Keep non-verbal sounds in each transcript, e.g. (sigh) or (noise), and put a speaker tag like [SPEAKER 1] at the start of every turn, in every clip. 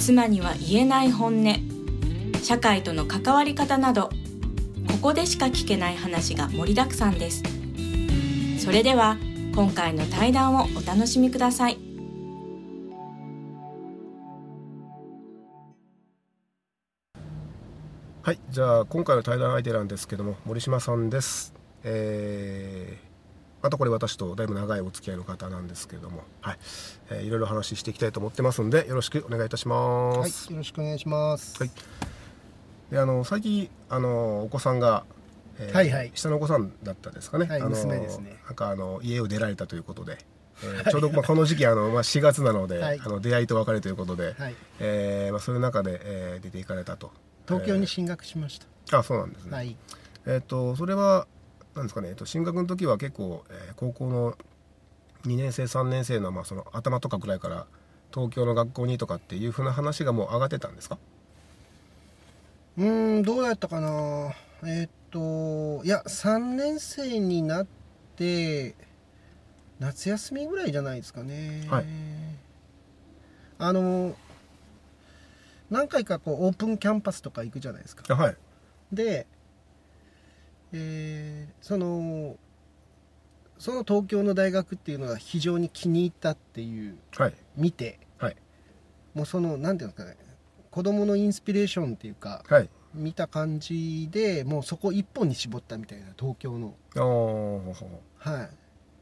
[SPEAKER 1] 妻には言えない本音社会との関わり方などここでしか聞けない話が盛りだくさんですそれでは今回の対談をお楽しみください
[SPEAKER 2] はい、じゃあ今回の対談相手なんですけども森島さんです。えー、あとこれ私とだいぶ長いお付き合いの方なんですけども、はい、えーいろいろ話していきたいと思ってますんでよろしくお願いいたしま
[SPEAKER 3] はい、
[SPEAKER 2] す。
[SPEAKER 3] よろしくお願いします。
[SPEAKER 2] はいであの最近あのお子さんが、え
[SPEAKER 3] はいはい
[SPEAKER 2] 下のお子さんだったですかね、
[SPEAKER 3] はい
[SPEAKER 2] あの
[SPEAKER 3] 娘ですね
[SPEAKER 2] なんかあの家を出られたということで、えーちょうどまあこの時期あの、まあ、4月なので、
[SPEAKER 3] はい
[SPEAKER 2] あの出会いと別れということで、
[SPEAKER 3] はい
[SPEAKER 2] えーまあ、そういう中で、えー出ていかれたと
[SPEAKER 3] 東京に進学しました。
[SPEAKER 2] あそうなんですね、
[SPEAKER 3] はい、
[SPEAKER 2] えっ、とそれはなんですかね、えっと進学の時は結構、えー高校の2年生3年生の,、まあその頭とかくらいから東京の学校にとかっていうふうな話がもう上がってたんですか
[SPEAKER 3] うーん、どうだったかな。えーっと、いや、三年生になって。夏休みぐらいじゃないですかね。
[SPEAKER 2] はい
[SPEAKER 3] あの。何回かこうオープンキャンパスとか行くじゃないですか。
[SPEAKER 2] あはい
[SPEAKER 3] で、えーそのその東京の大学っていうのが非常に気に入ったっていう
[SPEAKER 2] はい
[SPEAKER 3] 見て、
[SPEAKER 2] はい
[SPEAKER 3] もうそのなんていうんですかね子供のインスピレーションっていうか
[SPEAKER 2] はい
[SPEAKER 3] 見た感じでもうそこ一本に絞ったみたいな東京の
[SPEAKER 2] あー
[SPEAKER 3] はい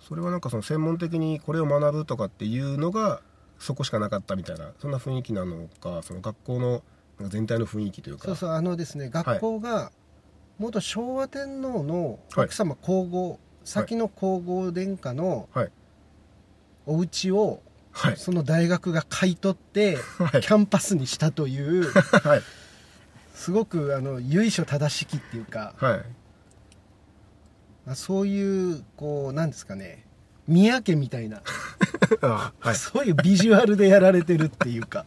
[SPEAKER 2] それはなんかその専門的にこれを学ぶとかっていうのがそこしかなかったみたいなそんな雰囲気なのかその学校のなんか全体の雰囲気というか
[SPEAKER 3] そうそうあのですね学校が元昭和天皇の奥様皇后、先の皇后殿下の
[SPEAKER 2] はい
[SPEAKER 3] お家を
[SPEAKER 2] はい
[SPEAKER 3] その大学が買い取って
[SPEAKER 2] はい
[SPEAKER 3] キャンパスにしたと
[SPEAKER 2] (laughs)
[SPEAKER 3] いう
[SPEAKER 2] はい
[SPEAKER 3] すごくあの由緒正しきっていうか
[SPEAKER 2] はい
[SPEAKER 3] まあそういうこうなんですかね宮家みたいな、
[SPEAKER 2] (laughs) あーはい
[SPEAKER 3] そういうビジュアルでやられてるっていうか、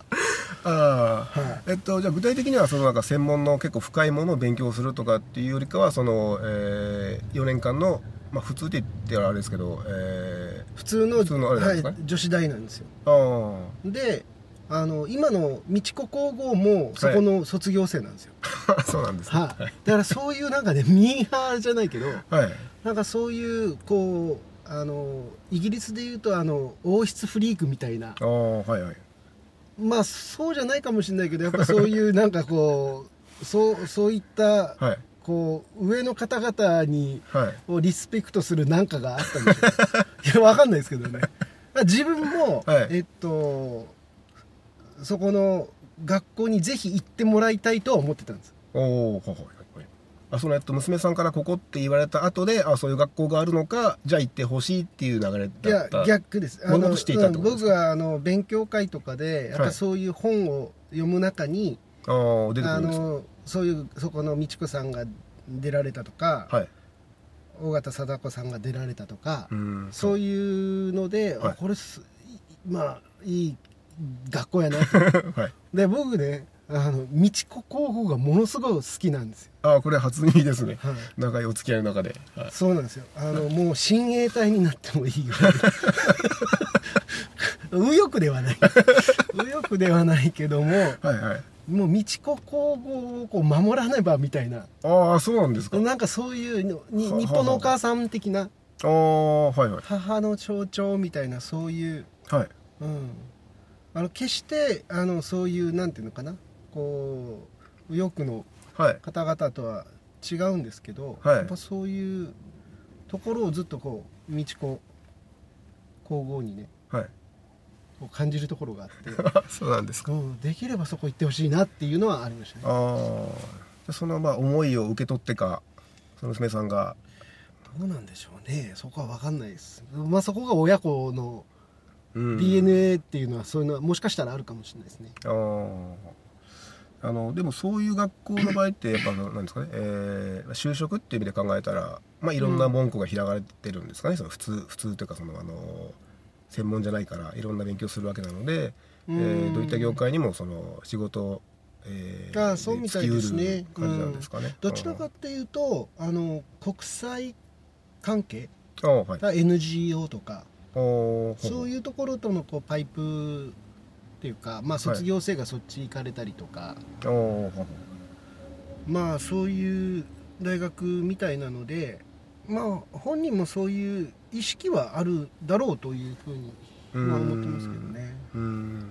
[SPEAKER 2] ああ
[SPEAKER 3] は
[SPEAKER 2] えっと、じゃあ具体的にはそのなんか専門の結構深いものを勉強するとかっていうよりかはその、え4年間の、まあ、普通で言ってはあれですけど、え
[SPEAKER 3] い、普通の
[SPEAKER 2] 普通のあれなんですか
[SPEAKER 3] はい、女子大なんですよ
[SPEAKER 2] ー、 (laughs) あ
[SPEAKER 3] であの今の美智子皇后もそこの卒業生なんですよ、
[SPEAKER 2] あそうなんですね
[SPEAKER 3] はいだからそういうなんかね (laughs) ミーハーじゃないけど
[SPEAKER 2] はい
[SPEAKER 3] なんかそういうこうあのイギリスでいうとあの王室フリークみたいな
[SPEAKER 2] ああはいはい
[SPEAKER 3] まあそうじゃないかもしれないけどやっぱそういうなんかこうそうそういった
[SPEAKER 2] はい
[SPEAKER 3] こう上の方々に
[SPEAKER 2] はい
[SPEAKER 3] をリスペクトするなんかがあったんでしょういやわかんないですけどね自分も、
[SPEAKER 2] はい
[SPEAKER 3] えっとそこの学校にぜひ行ってもらいたいとは思ってたんです
[SPEAKER 2] おおはいはいはいあそのえっと娘さんからここって言われた後であそういう学校があるのかじゃあ行ってほしいっていう流れ
[SPEAKER 3] い
[SPEAKER 2] だ
[SPEAKER 3] や
[SPEAKER 2] った
[SPEAKER 3] 逆です
[SPEAKER 2] ものとしていたってこと
[SPEAKER 3] うん
[SPEAKER 2] です
[SPEAKER 3] 僕はあの勉強会とかでやっ
[SPEAKER 2] は
[SPEAKER 3] ぱ
[SPEAKER 2] い
[SPEAKER 3] そういう本を読む中に、
[SPEAKER 2] ああ出てく
[SPEAKER 3] あ
[SPEAKER 2] るんです
[SPEAKER 3] のそういうそこの美智子さんが出られたとか、
[SPEAKER 2] はい
[SPEAKER 3] 尾形貞子さんが出られたとか、
[SPEAKER 2] うん
[SPEAKER 3] そういうので、
[SPEAKER 2] はい
[SPEAKER 3] あこれすいまあいい学校やなと
[SPEAKER 2] (laughs) はい
[SPEAKER 3] で僕ねあの美智子候補がものすごい好きなんですよ、
[SPEAKER 2] ああこれ初耳ですね
[SPEAKER 3] はい
[SPEAKER 2] 長いお付き合いの中で、はい
[SPEAKER 3] そうなんですよあのもう親衛隊になってもいいぐらい (laughs) 右翼ではない右翼ではないけども
[SPEAKER 2] はいはい
[SPEAKER 3] もう美智子皇后をこう守らねばみたいな
[SPEAKER 2] ああそうなんですか
[SPEAKER 3] なんかそういうのに
[SPEAKER 2] ははは
[SPEAKER 3] 日本のお母さん的な
[SPEAKER 2] ああはいはい
[SPEAKER 3] 母の象徴みたいなそういう
[SPEAKER 2] はい
[SPEAKER 3] うん、あの決してあのそういうなんていうのかなこう右翼の
[SPEAKER 2] はい
[SPEAKER 3] 方々とは違うんですけど、
[SPEAKER 2] はい
[SPEAKER 3] やっぱそういうところをずっとこう美智子皇后にね
[SPEAKER 2] はい (laughs)
[SPEAKER 3] こう感じるところがあって、 (laughs)
[SPEAKER 2] あそうなんですか
[SPEAKER 3] うん、できればそこ行ってほしいなっていうのはありましたね
[SPEAKER 2] ああそのまあ思いを受け取ってかその娘さんが
[SPEAKER 3] どうなんでしょうねそこは分かんないです、まあ、そこが親子の
[SPEAKER 2] うん、
[SPEAKER 3] DNA っていうのはそういうのはもしかしたらあるかもしれないですね
[SPEAKER 2] あーあのでもそういう学校の場合ってやっぱあのなんですかね、えー就職っていう意味で考えたら、まあ、いろんな文句が開かれてるんですかね、その普通普通というかそのあの専門じゃないからいろんな勉強するわけなので、えー
[SPEAKER 3] うん
[SPEAKER 2] どういった業界にもその仕事、えー
[SPEAKER 3] あーそうみたいですね
[SPEAKER 2] つきうる感じなんですかね。
[SPEAKER 3] どちらかっていうとあの国際関係
[SPEAKER 2] あーはい、
[SPEAKER 3] NGO とか
[SPEAKER 2] お
[SPEAKER 3] そう
[SPEAKER 2] う
[SPEAKER 3] いうところとのこうパイプっていうか、まあ、卒業生がそっち行かれたりとか、
[SPEAKER 2] おー
[SPEAKER 3] まあそういう大学みたいなのでまあ本人もそういう意識はあるだろうというふうに、まあ、思ってますけどね。
[SPEAKER 2] うん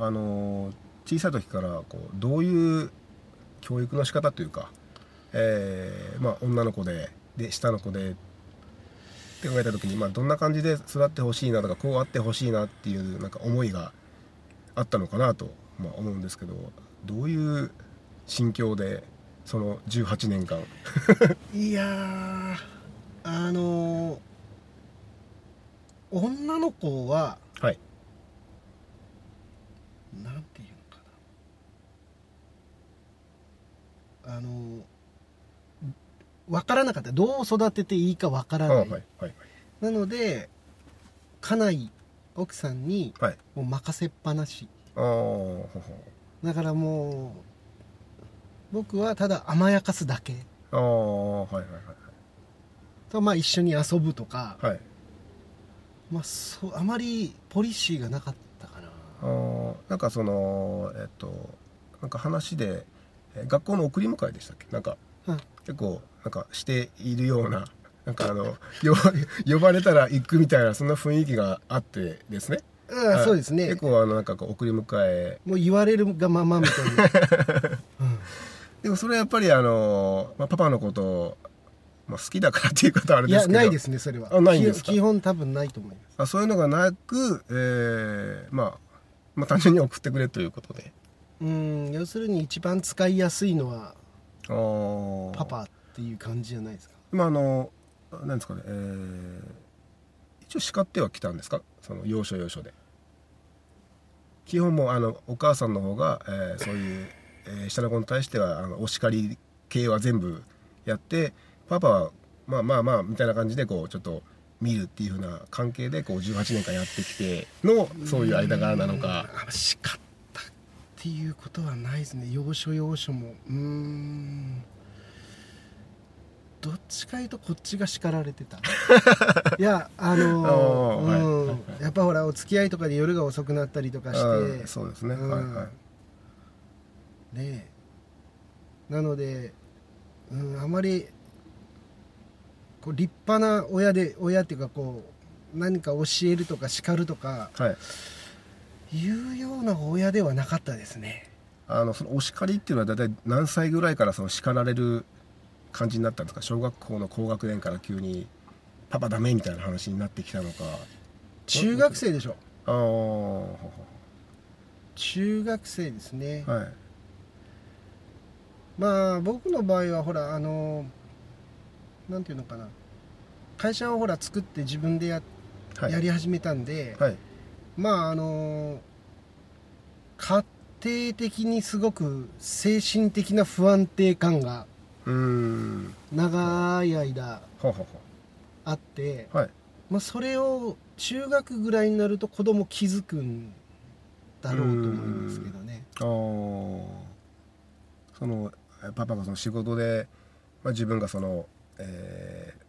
[SPEAKER 2] あの小さい時からこうどういう教育の仕方というか、えーまあ、女の子でで下の子でって考えた時に、まあ、どんな感じで育ってほしいなとかこうあってほしいなっていうなんか思いがあったのかなと、まあ、思うんですけどどういう心境でその18年間
[SPEAKER 3] いやーあのー女の子は
[SPEAKER 2] はい
[SPEAKER 3] なんていうのかなあのー分からなかったどう育てていいか分か
[SPEAKER 2] あ
[SPEAKER 3] ら
[SPEAKER 2] は
[SPEAKER 3] ない
[SPEAKER 2] いはいはい
[SPEAKER 3] なので家内奥さんに
[SPEAKER 2] はい
[SPEAKER 3] もう任せっぱなし
[SPEAKER 2] あーほほ
[SPEAKER 3] だからもう僕はただ甘やかすだけ
[SPEAKER 2] あーはいはい
[SPEAKER 3] とまあ一緒に遊ぶとか、
[SPEAKER 2] はいはい
[SPEAKER 3] まあ、そうあまりポリシーがなかったかな
[SPEAKER 2] あーなんかそのえっとなんか話でえー学校の送り迎えでしたっけなんか、
[SPEAKER 3] うん
[SPEAKER 2] 結構なんかしているよう (laughs) ななんかあの呼ば呼ばれたら行くみたいなそんな雰囲気があってですね
[SPEAKER 3] うん、
[SPEAKER 2] はい
[SPEAKER 3] そうですね
[SPEAKER 2] 結構あのなんかこう送り迎え
[SPEAKER 3] もう言われるがままみた
[SPEAKER 2] (laughs)
[SPEAKER 3] いな、うん
[SPEAKER 2] でもそれはやっぱりあの、まあ、パパのこと、まあ、好きだからっていうことはあれ
[SPEAKER 3] い
[SPEAKER 2] です
[SPEAKER 3] や
[SPEAKER 2] けど
[SPEAKER 3] ないですねそれは
[SPEAKER 2] あないんですか
[SPEAKER 3] 基本基本多分ないと思います
[SPEAKER 2] あそういうのがなく、えーまあ、まあ単純に送ってくれということで
[SPEAKER 3] うん要するに一番使いやすいのは
[SPEAKER 2] あー
[SPEAKER 3] パパっていう感じじゃないですか
[SPEAKER 2] まああのなんですかね、えー一応叱ってはきたんですかその要所要所で基本もうあのお母さんの方が、えーそういう、えー下の子に対してはあのお叱り系は全部やってパパはまあまあまあみたいな感じでこうちょっと見るっていうふうな関係でこう18年間やってきてのそういう間柄なのか
[SPEAKER 3] うんあ叱ったっていうことはないですね要所要所もうーんどっちかいうとこっちが叱られて (laughs) たいやあの
[SPEAKER 2] あー
[SPEAKER 3] ーうん
[SPEAKER 2] はい
[SPEAKER 3] やっぱほらお付き合いとかで夜が遅くなったりとかし
[SPEAKER 2] うん
[SPEAKER 3] て
[SPEAKER 2] そうですね、
[SPEAKER 3] うん
[SPEAKER 2] はいはい
[SPEAKER 3] ねえなので、うん、あまりこう立派な親で親っていうかこう何か教えるとか叱るとか
[SPEAKER 2] はい
[SPEAKER 3] いうような親ではなかったですね
[SPEAKER 2] あのそのお叱りっていうのは大体何歳ぐらいからその叱られる感じになったんですか小学校の高学年から急に「パパダメ」みたいな話になってきたのか
[SPEAKER 3] 中学生でしょ
[SPEAKER 2] ああは
[SPEAKER 3] 中学生ですね、
[SPEAKER 2] いはい
[SPEAKER 3] まあ僕の場合はほらあのなんていうのかな会社をほら作って自分でや,、
[SPEAKER 2] はい
[SPEAKER 3] やり始めたんで、
[SPEAKER 2] はい
[SPEAKER 3] まああの家庭的にすごく精神的な不安定感が
[SPEAKER 2] うーん
[SPEAKER 3] 長い間
[SPEAKER 2] ほうほう
[SPEAKER 3] あって、
[SPEAKER 2] ほうはい
[SPEAKER 3] まあ、それを中学ぐらいになると子供気づくんだろうと思いますけどね
[SPEAKER 2] ああそのえパパがその仕事で、まあ、自分がその、えー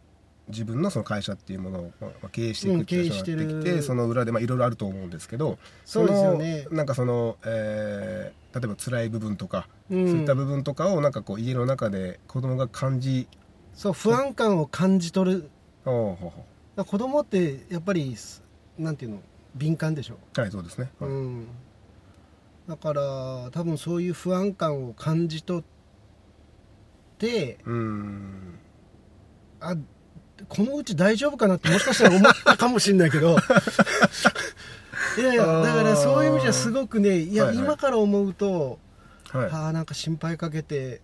[SPEAKER 2] 自分のその会社っていうものを、まあまあ経営していくっていう話にな
[SPEAKER 3] うん
[SPEAKER 2] ってき
[SPEAKER 3] 経営して
[SPEAKER 2] て
[SPEAKER 3] る
[SPEAKER 2] その裏でまあいろいろあると思うんですけど
[SPEAKER 3] そうですよね
[SPEAKER 2] そのなんかその、えー例えば辛い部分とか、
[SPEAKER 3] う
[SPEAKER 2] そういった
[SPEAKER 3] ん
[SPEAKER 2] 部分とかをなんかこう家の中で子供が感じ
[SPEAKER 3] そう不安感を感じ取る
[SPEAKER 2] ほうほうほ
[SPEAKER 3] だから子供ってやっぱりすなんていうの敏感でしょ、
[SPEAKER 2] うはいそうですね、
[SPEAKER 3] う
[SPEAKER 2] はい
[SPEAKER 3] ん、だから多分そういう不安感を感じ取って
[SPEAKER 2] うーん
[SPEAKER 3] あこのうち大丈夫かなってもしかしたら思ったかもしれない
[SPEAKER 2] (laughs)
[SPEAKER 3] けどいやいや
[SPEAKER 2] あー
[SPEAKER 3] だからそういう意味じゃすごくねいや、
[SPEAKER 2] はいはい
[SPEAKER 3] 今から思うと、
[SPEAKER 2] はい
[SPEAKER 3] ああなんか心配かけて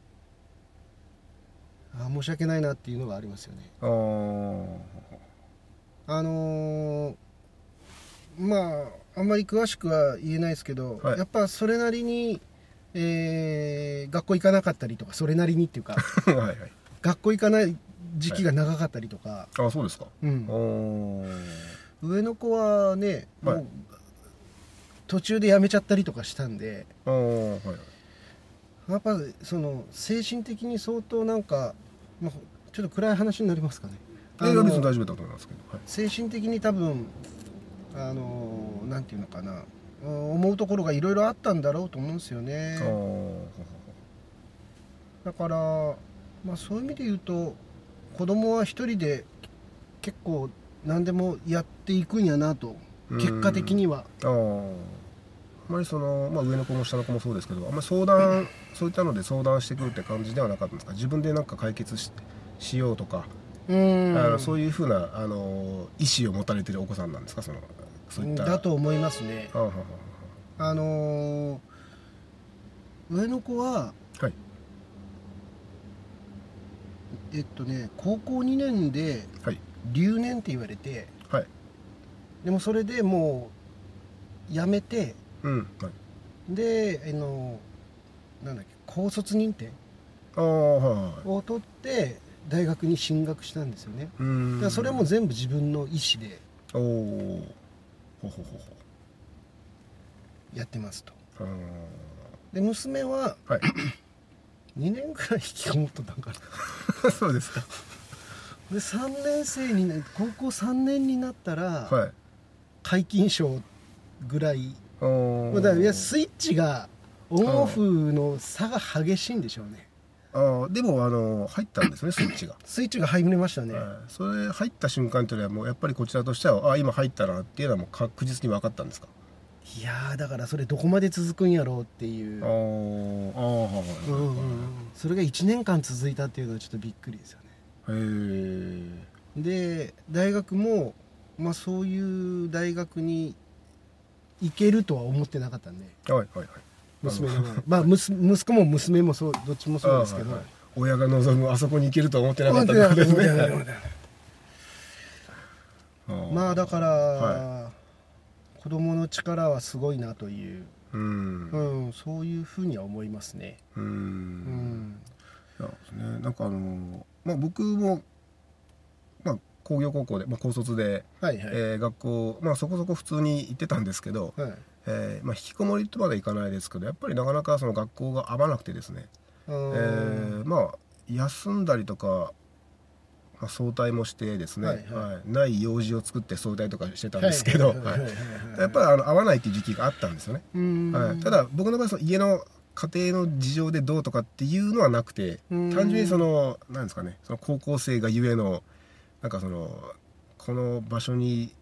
[SPEAKER 3] あー申し訳ないなっていうのがありますよね。
[SPEAKER 2] あー
[SPEAKER 3] あのーまああんまり詳しくは言えないですけど、
[SPEAKER 2] はい
[SPEAKER 3] やっぱそれなりに、えー学校行かなかったりとかそれなりにってい
[SPEAKER 2] (laughs)
[SPEAKER 3] うか
[SPEAKER 2] はいはい
[SPEAKER 3] 学校行かない時期が長かったりとか、
[SPEAKER 2] あそうですか
[SPEAKER 3] うん
[SPEAKER 2] お、おー
[SPEAKER 3] 上の子はね、
[SPEAKER 2] はい
[SPEAKER 3] もう途中で辞めちゃったりとかしたんで
[SPEAKER 2] おーはいはい
[SPEAKER 3] やっぱその精神的に相当なんか、まあ、ちょっと暗い話になりますかねあ
[SPEAKER 2] 映画は別に
[SPEAKER 3] の
[SPEAKER 2] 大丈夫だと思いますけど、はい、
[SPEAKER 3] 精神的に多分あのなんていうのかなうん思うところがいろいろあったんだろうと思うんですよね
[SPEAKER 2] あーほうほ
[SPEAKER 3] だから、まあ、そういう意味で言うと子供は一人で結構何でもやっていくんやなと
[SPEAKER 2] うん
[SPEAKER 3] 結果的には
[SPEAKER 2] うほうあーあんまりその、まあ、上の子も下の子もそうですけどあんまり相談そういったので相談してくるって感じではなかったんですか自分でなんか解決ししようとか、
[SPEAKER 3] うん
[SPEAKER 2] あのそういうふうなあの意思を持たれてるお子さんなんですかそのそういった
[SPEAKER 3] だと思いますね
[SPEAKER 2] あーはは
[SPEAKER 3] あのー上の子は
[SPEAKER 2] はい
[SPEAKER 3] えっとね高校2年で
[SPEAKER 2] はい
[SPEAKER 3] 留年って言われて
[SPEAKER 2] はい
[SPEAKER 3] でもそれでもう辞めて
[SPEAKER 2] うんはい
[SPEAKER 3] であのなんだっけ高卒認定
[SPEAKER 2] ああはいはいはい
[SPEAKER 3] を取って大学に進学したんですよね
[SPEAKER 2] う
[SPEAKER 3] だ
[SPEAKER 2] ん
[SPEAKER 3] からそれも全部自分の意思で
[SPEAKER 2] おおほうほうほうほ
[SPEAKER 3] やってますと
[SPEAKER 2] うあ
[SPEAKER 3] で娘は
[SPEAKER 2] ーはい
[SPEAKER 3] (laughs)
[SPEAKER 2] (laughs)
[SPEAKER 3] 2年くらい引きこもっただから
[SPEAKER 2] そうですか。
[SPEAKER 3] で3年生にな高校3年になったら
[SPEAKER 2] はい。
[SPEAKER 3] 皆勤賞ぐらい
[SPEAKER 2] お
[SPEAKER 3] まあだからいやスイッチがオンオフの差が激しいんでしょうね
[SPEAKER 2] あーでもあの入ったんですねスイッチが。
[SPEAKER 3] スイッチが入りましたね、
[SPEAKER 2] はいそれ入った瞬間というのはもうやっぱりこちらとしてはあ今入ったなっていうのはもう確実に分かったんですか。
[SPEAKER 3] い、やーだからそれどこまで続くんやろうっていう、
[SPEAKER 2] あーあーはい
[SPEAKER 3] うんうんうん
[SPEAKER 2] は
[SPEAKER 3] それが1年間続いたっていうのはちょっとびっくりですよね
[SPEAKER 2] いはい。へえ。
[SPEAKER 3] で大学も、まあ、そういう大学に行けるとは思ってなかったんで
[SPEAKER 2] はいはいはい。
[SPEAKER 3] 娘の前まあむす息子も娘もそうどっちもそうですけど、
[SPEAKER 2] あーはいはい親が望むあそこに行けるとは思ってなかった
[SPEAKER 3] 思ってな
[SPEAKER 2] ですね
[SPEAKER 3] 思ってなかった
[SPEAKER 2] ー
[SPEAKER 3] まあだから、
[SPEAKER 2] は
[SPEAKER 3] 子供の力はすごいなという、
[SPEAKER 2] い。うん。
[SPEAKER 3] う
[SPEAKER 2] うん
[SPEAKER 3] んそういうふうには思いますね。うん
[SPEAKER 2] そうですね。なんかあのまあ僕もまあ工業高校でまあ高卒で。
[SPEAKER 3] はいはい、
[SPEAKER 2] えー学校、まあ、そこそこ普通に行ってたんですけど、
[SPEAKER 3] はい
[SPEAKER 2] えーまあ、引きこもりとまでいかないですけどやっぱりなかなかその学校が合わなくてですね、
[SPEAKER 3] あ
[SPEAKER 2] えー
[SPEAKER 3] ー
[SPEAKER 2] まあ休んだりとか、まあ、早退もしてですね、
[SPEAKER 3] はいはい
[SPEAKER 2] はいない用事を作って早退とかしてたんですけど、
[SPEAKER 3] はいはいはい
[SPEAKER 2] はい
[SPEAKER 3] はい
[SPEAKER 2] やっぱりあの合わないっていう時期があったんですよね、
[SPEAKER 3] うん
[SPEAKER 2] はい、ただ僕の場合その家の家庭の事情でどうとかっていうのはなくて
[SPEAKER 3] うん
[SPEAKER 2] 単純にそのなんですかねその高校生がゆえのなんかそのこの場所に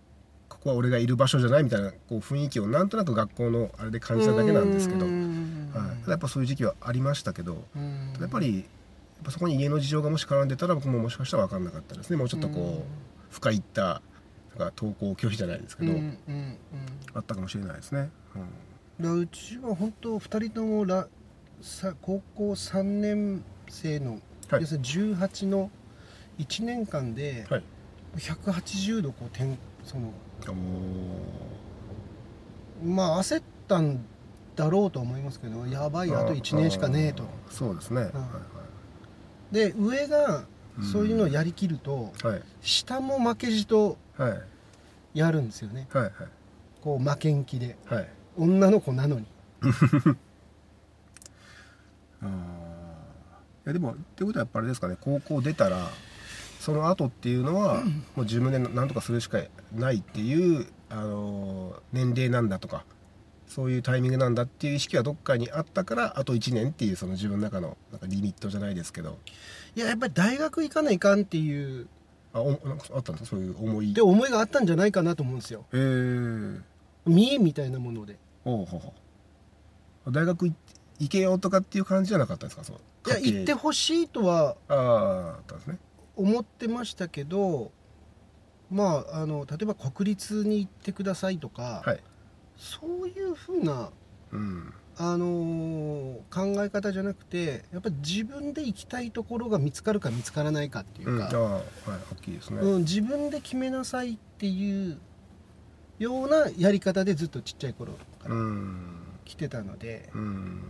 [SPEAKER 2] ここは俺がいる場所じゃないみたいなこう雰囲気をなんとなく学校のあれで感じただけなんですけど、
[SPEAKER 3] う
[SPEAKER 2] はい、
[SPEAKER 3] ん
[SPEAKER 2] ただやっぱそういう時期はありましたけど
[SPEAKER 3] うん
[SPEAKER 2] やっぱりやっぱそこに家の事情がもし絡んでたら僕ももしかしたら分かんなかったですねもうちょっとこう深いったなんか登校拒否じゃないですけ
[SPEAKER 3] うん
[SPEAKER 2] ど、
[SPEAKER 3] うんうん
[SPEAKER 2] あったかもしれないですね。うん
[SPEAKER 3] だからうちは本当二人ともらさ高校3年生の、
[SPEAKER 2] はい
[SPEAKER 3] 要するに18の1年間で
[SPEAKER 2] はい
[SPEAKER 3] 180度こう転その
[SPEAKER 2] おー
[SPEAKER 3] まあ焦ったんだろうと思いますけどやばいあと1年しかねえと
[SPEAKER 2] あーそうですね、はい
[SPEAKER 3] で上が
[SPEAKER 2] うん
[SPEAKER 3] そういうのをやりきると、
[SPEAKER 2] はいはい
[SPEAKER 3] 下も負けじと
[SPEAKER 2] はい
[SPEAKER 3] やるんですよね
[SPEAKER 2] はい
[SPEAKER 3] こう負けん気で
[SPEAKER 2] はいはい
[SPEAKER 3] 女の子なのに
[SPEAKER 2] あーいやでもってことはやっぱりですかね高校出たらその後っていうのはもう自分で何とかするしかないっていう、あのー年齢なんだとかそういうタイミングなんだっていう意識はどっかにあったからあと1年っていうその自分の中のなんかリミットじゃないですけど
[SPEAKER 3] いややっぱり大学行かないかんっていう
[SPEAKER 2] あおなんかあったんですかそういう思い
[SPEAKER 3] で思いがあったんじゃないかなと思うんですよ
[SPEAKER 2] えー、
[SPEAKER 3] 見栄みたいなもので
[SPEAKER 2] おうほうほう大学い行けよとかっていう感じじゃなかったんですかそう
[SPEAKER 3] いや
[SPEAKER 2] 家庭
[SPEAKER 3] 行ってほしいとは
[SPEAKER 2] あああったんですね
[SPEAKER 3] 思ってましたけどまああの例えば国立に行ってくださいとか、
[SPEAKER 2] はい
[SPEAKER 3] そういうふうな、
[SPEAKER 2] うん
[SPEAKER 3] あのー考え方じゃなくてやっぱり自分で行きたいところが見つかるか見つからないかってい
[SPEAKER 2] うん
[SPEAKER 3] う
[SPEAKER 2] あ
[SPEAKER 3] か
[SPEAKER 2] あ、はい大きいですね、
[SPEAKER 3] うん、自分で決めなさいっていうようなやり方でずっとちっちゃい頃か
[SPEAKER 2] う
[SPEAKER 3] ら
[SPEAKER 2] ん
[SPEAKER 3] 来てたので、
[SPEAKER 2] うん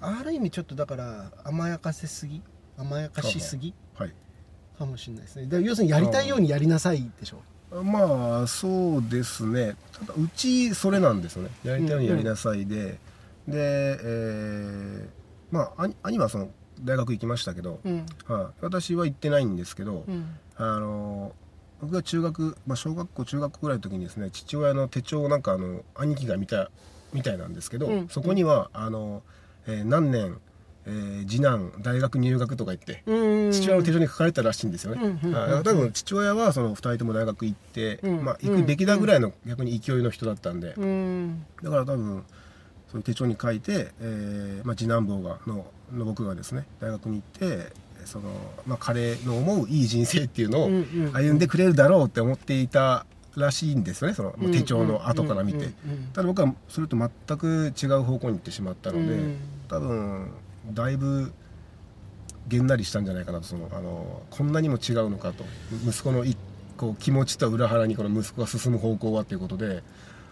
[SPEAKER 3] ある意味ちょっとだから甘やかせすぎ甘やかしすぎ
[SPEAKER 2] はい
[SPEAKER 3] かもしれないですねだから要するにやりたいようにやりなさいでしょ
[SPEAKER 2] まあそうですねただうちそれなんですよねやりたいようにやりなさいで、で、えーまあ兄兄はその大学行きましたけど、
[SPEAKER 3] うん
[SPEAKER 2] はい私は行ってないんですけど、
[SPEAKER 3] うん
[SPEAKER 2] あの僕が中学、まあ、小学校中学校ぐらいの時にですね父親の手帳をなんかあの兄貴が見たみたいなんですけど、
[SPEAKER 3] うん
[SPEAKER 2] そこにはあの、えー何年、えー次男大学入学とか言って、
[SPEAKER 3] うん
[SPEAKER 2] 父親の手帳に書かれてたらしいんですよね、
[SPEAKER 3] うんうん
[SPEAKER 2] はいだから多分父親はその2人とも大学行って、
[SPEAKER 3] うん
[SPEAKER 2] まあ、行くべきだぐらいの逆に勢いの人だったんで、
[SPEAKER 3] うん
[SPEAKER 2] だから多分そういう手帳に書いて、えーまあ、次男坊がのの僕がですね大学に行ってその、まあ、彼の思ういい人生っていうのを
[SPEAKER 3] うんうんうん
[SPEAKER 2] 歩んでくれるだろうって思っていたらしいんですよねその、まあ手帳の後から見て、
[SPEAKER 3] うんうんうん
[SPEAKER 2] ただ僕はそれと全く違う方向に行ってしまったので、
[SPEAKER 3] うん
[SPEAKER 2] 多分だいぶげんなりしたんじゃないかなとそのあのこんなにも違うのかと息子の一こう気持ちと裏腹にこの息子が進む方向はということで。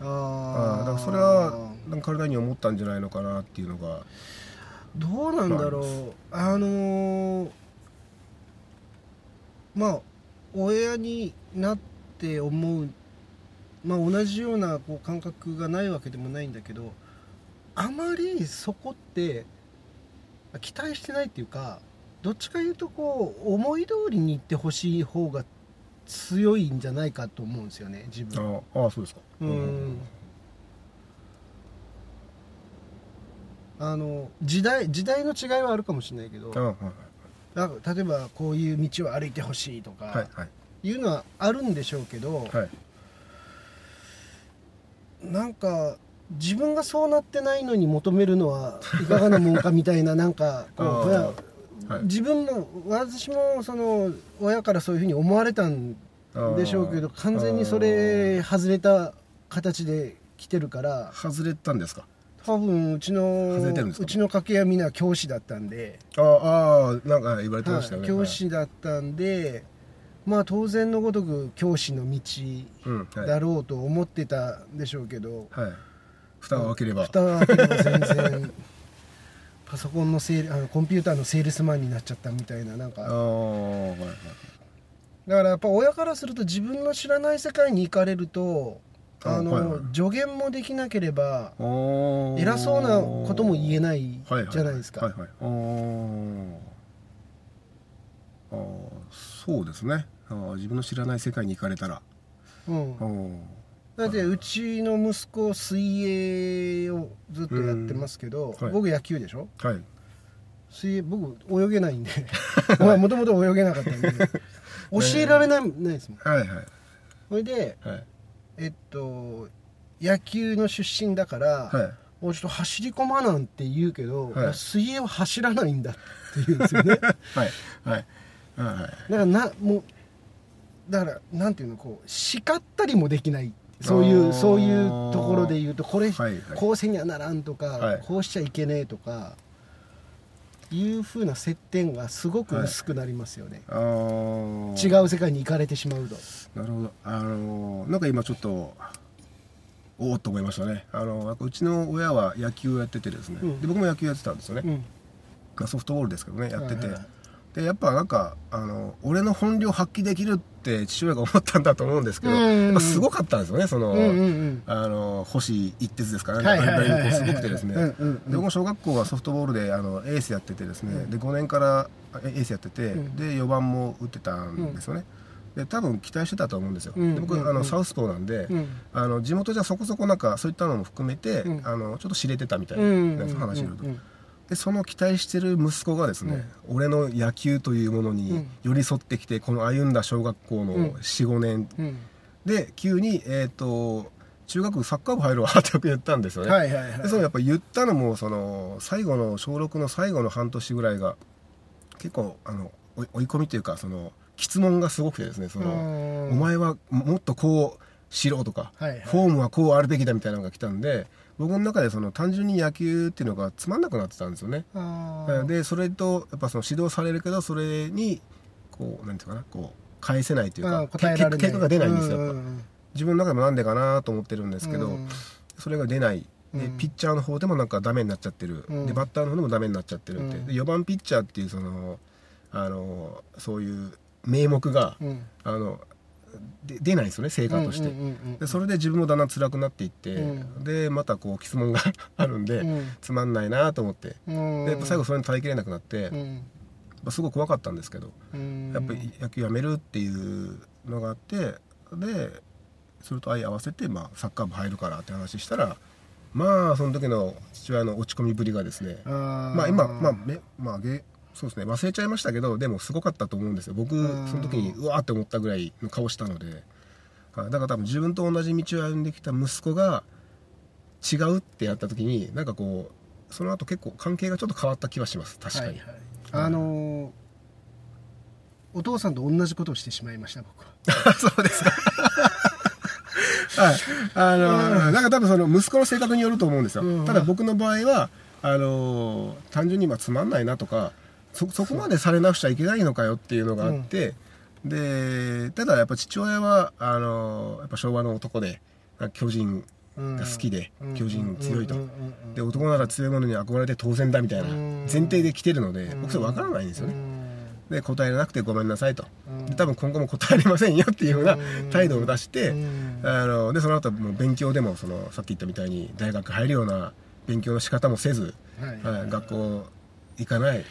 [SPEAKER 2] ああだ
[SPEAKER 3] あ
[SPEAKER 2] からそれはなんか体に思ったんじゃないのかなっていうのが
[SPEAKER 3] どうなんだろうあのーまあ親になって思うまあ同じようなこう感覚がないわけでもないんだけどあまりそこって期待してないっていうかどっちかいうとこう思い通りにいってほしい方が強いんじゃないかと思うんですよね自分
[SPEAKER 2] ああああそうですか
[SPEAKER 3] うんあの時代時代の違いはあるかもしれないけど
[SPEAKER 2] ああはい
[SPEAKER 3] なんか例えばこういう道を歩いてほしいと
[SPEAKER 2] はい
[SPEAKER 3] か
[SPEAKER 2] はい
[SPEAKER 3] いうのはあるんでしょうけど、
[SPEAKER 2] はい
[SPEAKER 3] なんか自分がそうなってないのに求めるのはいかがなもんかみたいな (laughs) なんかこう
[SPEAKER 2] あー
[SPEAKER 3] ほら
[SPEAKER 2] はい
[SPEAKER 3] 自分も私もその親からそういうふうに思われたんでしょうけど
[SPEAKER 2] ああ
[SPEAKER 3] 完全にそれ外れた形で来てるから
[SPEAKER 2] 外れたんですか
[SPEAKER 3] 多分うちの
[SPEAKER 2] 外れてるんですか
[SPEAKER 3] うちの家系はみんな教師だったんで。
[SPEAKER 2] ああああなんか言われてましたよ
[SPEAKER 3] はい、
[SPEAKER 2] ね
[SPEAKER 3] 教師だったんで、まあ当然のごとく教師の道
[SPEAKER 2] はいうんはい
[SPEAKER 3] だろうと思ってたんでしょうけど、
[SPEAKER 2] はい蓋を開ければ
[SPEAKER 3] 蓋は開ければ
[SPEAKER 2] (laughs)
[SPEAKER 3] 全然パソコンのセールあのコンピューターのセールスマンになっちゃったみたいななん
[SPEAKER 2] ああ
[SPEAKER 3] か
[SPEAKER 2] はいはい
[SPEAKER 3] だからやっぱ親からすると自分の知らない世界に行かれると
[SPEAKER 2] あ
[SPEAKER 3] あの、
[SPEAKER 2] はいはい
[SPEAKER 3] 助言もできなければ
[SPEAKER 2] お
[SPEAKER 3] 偉そうなことも言え
[SPEAKER 2] い
[SPEAKER 3] ないじゃないですか。
[SPEAKER 2] はいはいはいはいああああそうですねああ自分の知らない世界に行かれたら
[SPEAKER 3] うん
[SPEAKER 2] ああ
[SPEAKER 3] だってうちの息子水泳をずっとやってますけど、
[SPEAKER 2] うんはい
[SPEAKER 3] 僕野球でしょ
[SPEAKER 2] はい
[SPEAKER 3] 水泳僕泳げないんで (laughs) まあもともと泳げなかっ
[SPEAKER 2] (laughs)
[SPEAKER 3] たんで教えられないないですもん
[SPEAKER 2] はいはい
[SPEAKER 3] それで
[SPEAKER 2] はい
[SPEAKER 3] えっと野球の出身だから、
[SPEAKER 2] はい
[SPEAKER 3] もうちょっと走り込まなんて言うけど、
[SPEAKER 2] はい
[SPEAKER 3] 水泳は走らないんだって言うんです
[SPEAKER 2] (laughs)
[SPEAKER 3] よねだか
[SPEAKER 2] はいはいはいはい
[SPEAKER 3] らなもうだからなんていうのこう叱ったりもできないそういうそういうところで言うとこれ、
[SPEAKER 2] はいはい
[SPEAKER 3] こうせにはならんとか、
[SPEAKER 2] はい
[SPEAKER 3] こうしちゃいけねえとかいうふうな接点がすごく薄くなりますよね、
[SPEAKER 2] あー
[SPEAKER 3] 違う世界に行かれてしまうと
[SPEAKER 2] なるほどあのーなんか今ちょっとおおっと思いましたねあのうちの親は野球をやっててですね、
[SPEAKER 3] うん
[SPEAKER 2] で僕も野球やってたんですよね、
[SPEAKER 3] うん
[SPEAKER 2] まあソフトボールですけどねやってて、
[SPEAKER 3] はいはい
[SPEAKER 2] でやっぱなんかあの俺の本領発揮できるって父親が思ったんだと思うんですけど、
[SPEAKER 3] うんうんうん
[SPEAKER 2] やっぱすごかったんですよねその、
[SPEAKER 3] うんうんうん
[SPEAKER 2] あの星一徹ですか
[SPEAKER 3] は
[SPEAKER 2] ら
[SPEAKER 3] いはいはいはい
[SPEAKER 2] ねすごくてですね
[SPEAKER 3] うんうんうん
[SPEAKER 2] で僕も小学校はソフトボールであのエースやっててですね、で5年からえエースやってて、
[SPEAKER 3] うん
[SPEAKER 2] で4番も打ってたんですよね、で多分期待してたと思うんですよ、
[SPEAKER 3] うん
[SPEAKER 2] で
[SPEAKER 3] うん
[SPEAKER 2] 僕
[SPEAKER 3] うん
[SPEAKER 2] あのサウスポーなんで、
[SPEAKER 3] うん
[SPEAKER 2] あの地元じゃそこそこなんかそういったのも含めて、
[SPEAKER 3] うん
[SPEAKER 2] あのちょっと知れてたみたい
[SPEAKER 3] うん
[SPEAKER 2] な、な
[SPEAKER 3] うんうん
[SPEAKER 2] んか話になると、
[SPEAKER 3] うん
[SPEAKER 2] でその期待してる息子がですね、俺の野球というものに寄り添ってきて、この歩んだ小学校の
[SPEAKER 3] うん
[SPEAKER 2] 45年
[SPEAKER 3] うん
[SPEAKER 2] で急に、えー、と中学部サッカー部入るわってよく言ったんですよね、
[SPEAKER 3] はいはいはい
[SPEAKER 2] でそのやっぱ言ったのもその最後の小6の最後の半年ぐらいが結構あの追い追い込みというかその質問がすごくてですねその、お前はもっとこうしろとか、
[SPEAKER 3] はいはい
[SPEAKER 2] フォームはこうあるべきだみたいなのが来たんで僕の中でその単純に野球っていうのがつまんなくなってたんですよね。
[SPEAKER 3] あ
[SPEAKER 2] えー
[SPEAKER 3] ー
[SPEAKER 2] でそれとやっぱその指導されるけどそれにこうなんていうかなこう返せないという
[SPEAKER 3] あ
[SPEAKER 2] か
[SPEAKER 3] ー答えられない
[SPEAKER 2] け結果が出ないんですよ、
[SPEAKER 3] う
[SPEAKER 2] やっぱ
[SPEAKER 3] んうん
[SPEAKER 2] 自分の中でもなんでかなと思ってるんですけど、
[SPEAKER 3] うん
[SPEAKER 2] それが出ない。で
[SPEAKER 3] うん
[SPEAKER 2] ピッチャーの方でもなんかダメになっちゃってる、
[SPEAKER 3] うん
[SPEAKER 2] でバッターの方でもダメになっちゃってるって、
[SPEAKER 3] うん
[SPEAKER 2] で4番ピッチャーっていうそのあのそういう名目が、
[SPEAKER 3] うん
[SPEAKER 2] あので出ないんですよね成果として、
[SPEAKER 3] うんうんうんうん
[SPEAKER 2] でそれで自分もだんだん辛くなっていって、
[SPEAKER 3] うん
[SPEAKER 2] でまたこう質問が (laughs) あるんで、
[SPEAKER 3] うん
[SPEAKER 2] つまんないなと思って
[SPEAKER 3] うん
[SPEAKER 2] でやっぱ最後それに耐えきれなくなって、
[SPEAKER 3] う
[SPEAKER 2] ま
[SPEAKER 3] ん
[SPEAKER 2] あすごい怖かったんですけど、
[SPEAKER 3] うん
[SPEAKER 2] やっぱり野球やめるっていうのがあってでそれと相合わせて、まあ、サッカー部入るからって話したらまあその時の父親の落ち込みぶりがですね
[SPEAKER 3] あー
[SPEAKER 2] まあ今まあめまあげそうですね忘れちゃいましたけどでもすごかったと思うんですよ僕
[SPEAKER 3] うん
[SPEAKER 2] その時にうわーって思ったぐらいの顔したのではいだから多分自分と同じ道を歩んできた息子が違うってやった時になんかこうその後結構関係がちょっと変わった気はします確かに、
[SPEAKER 3] はいはいあのーお父さんと同じことをしてしまいました僕は
[SPEAKER 2] (laughs) そうですか。はい。あの、なんか多分その息子の性格によると思うんですよ。
[SPEAKER 3] うん
[SPEAKER 2] ただ僕の場合は、あの、単純にまあつまんないなとか、そ、そこまでされなくちゃいけないのかよっていうのがあって、で、ただやっぱ父親は、あの、やっぱ昭和の男で、巨人が好きで、巨人強いと。で、男なら強いものに憧れて当然だみたいな
[SPEAKER 3] うん
[SPEAKER 2] 前提で来てるので、僕それわからないんですよね。で答えがなくてごめんなさいと、
[SPEAKER 3] うん
[SPEAKER 2] で多分今後も答えれませんよっていうような
[SPEAKER 3] うん
[SPEAKER 2] 態度を出して、
[SPEAKER 3] うん
[SPEAKER 2] あのでその後もう勉強でもそのさっき言ったみたいに大学入るような勉強の仕方もせず、
[SPEAKER 3] はい
[SPEAKER 2] はい学校行かない、はいっ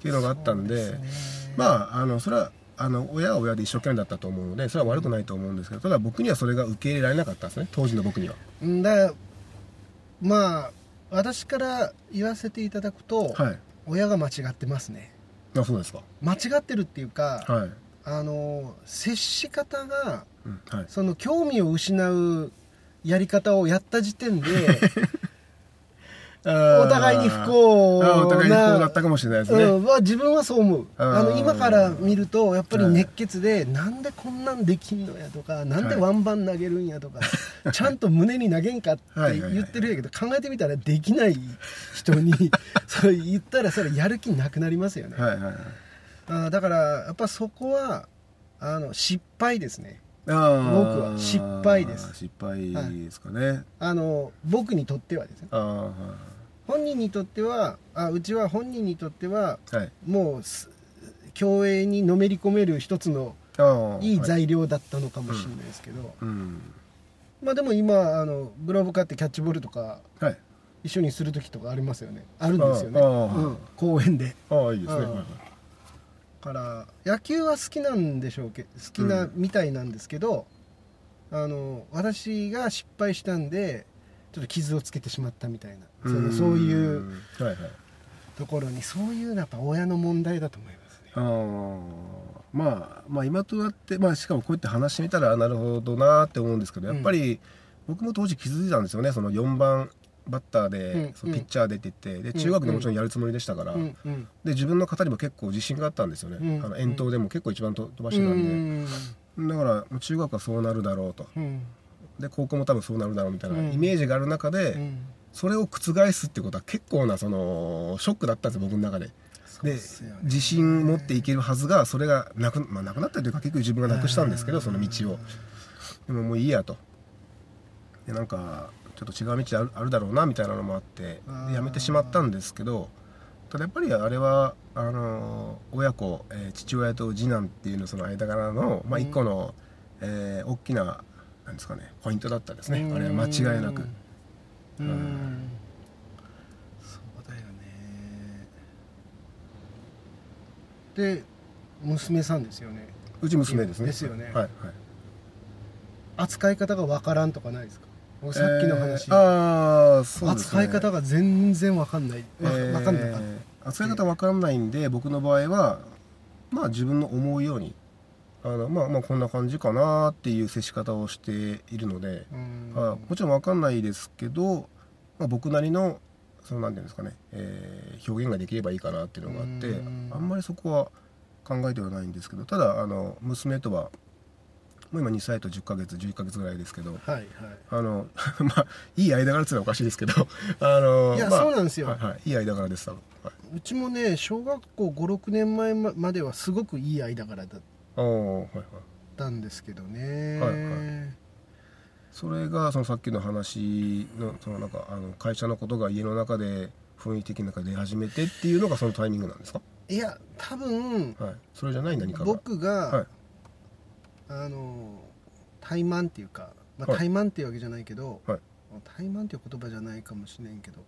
[SPEAKER 2] ていうのがあったんで
[SPEAKER 3] あ
[SPEAKER 2] まああのそれはあの親は親で一生懸命だったと思うのでそれは悪くないと思うんですけどただ僕にはそれが受け入れられなかったんですね当時の僕には。
[SPEAKER 3] だからまあ私から言わせていただくと、
[SPEAKER 2] はい、
[SPEAKER 3] 親が間違ってますね
[SPEAKER 2] あそうですか、
[SPEAKER 3] 間違ってるっていうか、
[SPEAKER 2] はい
[SPEAKER 3] あのー接し方が
[SPEAKER 2] うんはい、
[SPEAKER 3] その興味を失うやり方をやった時
[SPEAKER 2] (laughs)
[SPEAKER 3] 点でお
[SPEAKER 2] お
[SPEAKER 3] 互いに不幸な
[SPEAKER 2] お互いに不幸だったかもしれないですね。
[SPEAKER 3] うん、は自分はそう思う
[SPEAKER 2] あー
[SPEAKER 3] あの今から見るとやっぱり熱血で、なんでこんなんできんのやとかなんでワンバン投げるんやとか、ちゃんと胸に投げんかって
[SPEAKER 2] はいはいはい
[SPEAKER 3] 言ってるんやけど考えてみたらできない
[SPEAKER 2] (laughs)
[SPEAKER 3] 人にそれ言ったらそれやる気なくなりますよね、
[SPEAKER 2] はいはいはい
[SPEAKER 3] あーだからやっぱそこはあの失敗ですね
[SPEAKER 2] あー
[SPEAKER 3] 僕は失敗です
[SPEAKER 2] 失敗ですかね、
[SPEAKER 3] あの僕にとってはですね
[SPEAKER 2] あ
[SPEAKER 3] 本人にとってはあうちは本人にとっては
[SPEAKER 2] あはい
[SPEAKER 3] もうす競泳にのめり込める一つの
[SPEAKER 2] あー
[SPEAKER 3] いい
[SPEAKER 2] はい
[SPEAKER 3] 材料だったのかもしれないですけど、
[SPEAKER 2] うん
[SPEAKER 3] まあでも今あのグローブ買ってキャッチボールとか
[SPEAKER 2] はい
[SPEAKER 3] 一緒にする時とかありますよねあるんですよね、
[SPEAKER 2] ああ
[SPEAKER 3] うん公園で
[SPEAKER 2] ああいいですね
[SPEAKER 3] うん
[SPEAKER 2] はいはい
[SPEAKER 3] から野球は好きなんでしょうけ好きな
[SPEAKER 2] うん
[SPEAKER 3] みたいなんですけど、あの私が失敗したんでちょっと傷をつけてしまったみたいなそのそういう
[SPEAKER 2] うんはいはい
[SPEAKER 3] ところにそういうのはやっぱ親の問題だと思いますね
[SPEAKER 2] あーまあまあ今となってまあしかもこうやって話してみたらあなるほどなーって思うんですけどやっぱり僕も当時気づいたんですよねその4番バッターで、
[SPEAKER 3] うん
[SPEAKER 2] そのピッチャーでって言ってで中学でもちろんやるつもりでしたから、
[SPEAKER 3] うんうん
[SPEAKER 2] で自分の型にも結構自信があったんですよね、
[SPEAKER 3] うん
[SPEAKER 2] あの遠投でも結構一番と飛ばして
[SPEAKER 3] う
[SPEAKER 2] たんで、
[SPEAKER 3] ん
[SPEAKER 2] だからもう中学はそうなるだろうと
[SPEAKER 3] うん
[SPEAKER 2] で高校も多分そうなるだろうみたいな
[SPEAKER 3] うん
[SPEAKER 2] イメージがある中で、
[SPEAKER 3] うん
[SPEAKER 2] それを覆すってことは結構なそのショックだったんですよ僕の中で。
[SPEAKER 3] そう
[SPEAKER 2] で
[SPEAKER 3] っすよね
[SPEAKER 2] 自信持っていけるはずがそれがなく,、まあ、なくなったというか結局自分がなくしたんですけどその道をでももういいやとでなんかちょっと違う道あるあるだろうなみたいなのもあって
[SPEAKER 3] あー
[SPEAKER 2] でやめてしまったんですけどただやっぱりあれはあの親子、えー父親と次男っていうのその間柄の、まあ、
[SPEAKER 3] うん
[SPEAKER 2] 一個の、えー大きななんですかねポイントだったですねあれは間違いなく。は
[SPEAKER 3] うん
[SPEAKER 2] い
[SPEAKER 3] そうだよねで娘さんですよね
[SPEAKER 2] うち娘ですね。
[SPEAKER 3] ですよね
[SPEAKER 2] はい、はい。
[SPEAKER 3] 扱い方がわからんとかないですかもうさっきの話、
[SPEAKER 2] えーああ、そうです、ね。
[SPEAKER 3] 扱い方が全然わかんないわ,、かんなかった
[SPEAKER 2] えー扱い方わかんないんで僕の場合はまあ自分の思うようにあのまあまあこんな感じかなっていう接し方をしているので、
[SPEAKER 3] うん
[SPEAKER 2] あもちろんわかんないですけど、まあ、僕なりのそのなんていうんですかね、えー表現ができればいいかなっていうのがあって、
[SPEAKER 3] うん
[SPEAKER 2] あんまりそこは考えてはないんですけどただあの娘とはもう今2歳と10ヶ月11ヶ月ぐらいですけど
[SPEAKER 3] はいはい
[SPEAKER 2] あの (laughs) まあいい間柄っつうのはおかしいですけど (laughs) あの
[SPEAKER 3] いや
[SPEAKER 2] まあ
[SPEAKER 3] そうなんですよ
[SPEAKER 2] はいはい、いい間柄です多分、はいう
[SPEAKER 3] ちもね小学校56年前まではすごくいい間柄だっ
[SPEAKER 2] ああはいはい
[SPEAKER 3] ったんですけどね、
[SPEAKER 2] はいはそれがそのさっきの話のそのなんかあの会社のことが家の中で雰囲気的な中で出始めてっていうのがそのタイミングなんですか、
[SPEAKER 3] い、や多分
[SPEAKER 2] はい、それじゃない何かが
[SPEAKER 3] 僕が、
[SPEAKER 2] はい
[SPEAKER 3] あの怠慢っていうか、まあ、
[SPEAKER 2] はい
[SPEAKER 3] 怠慢っていうわけじゃないけど、
[SPEAKER 2] はい
[SPEAKER 3] 怠慢っていう言葉じゃないかもしれんけど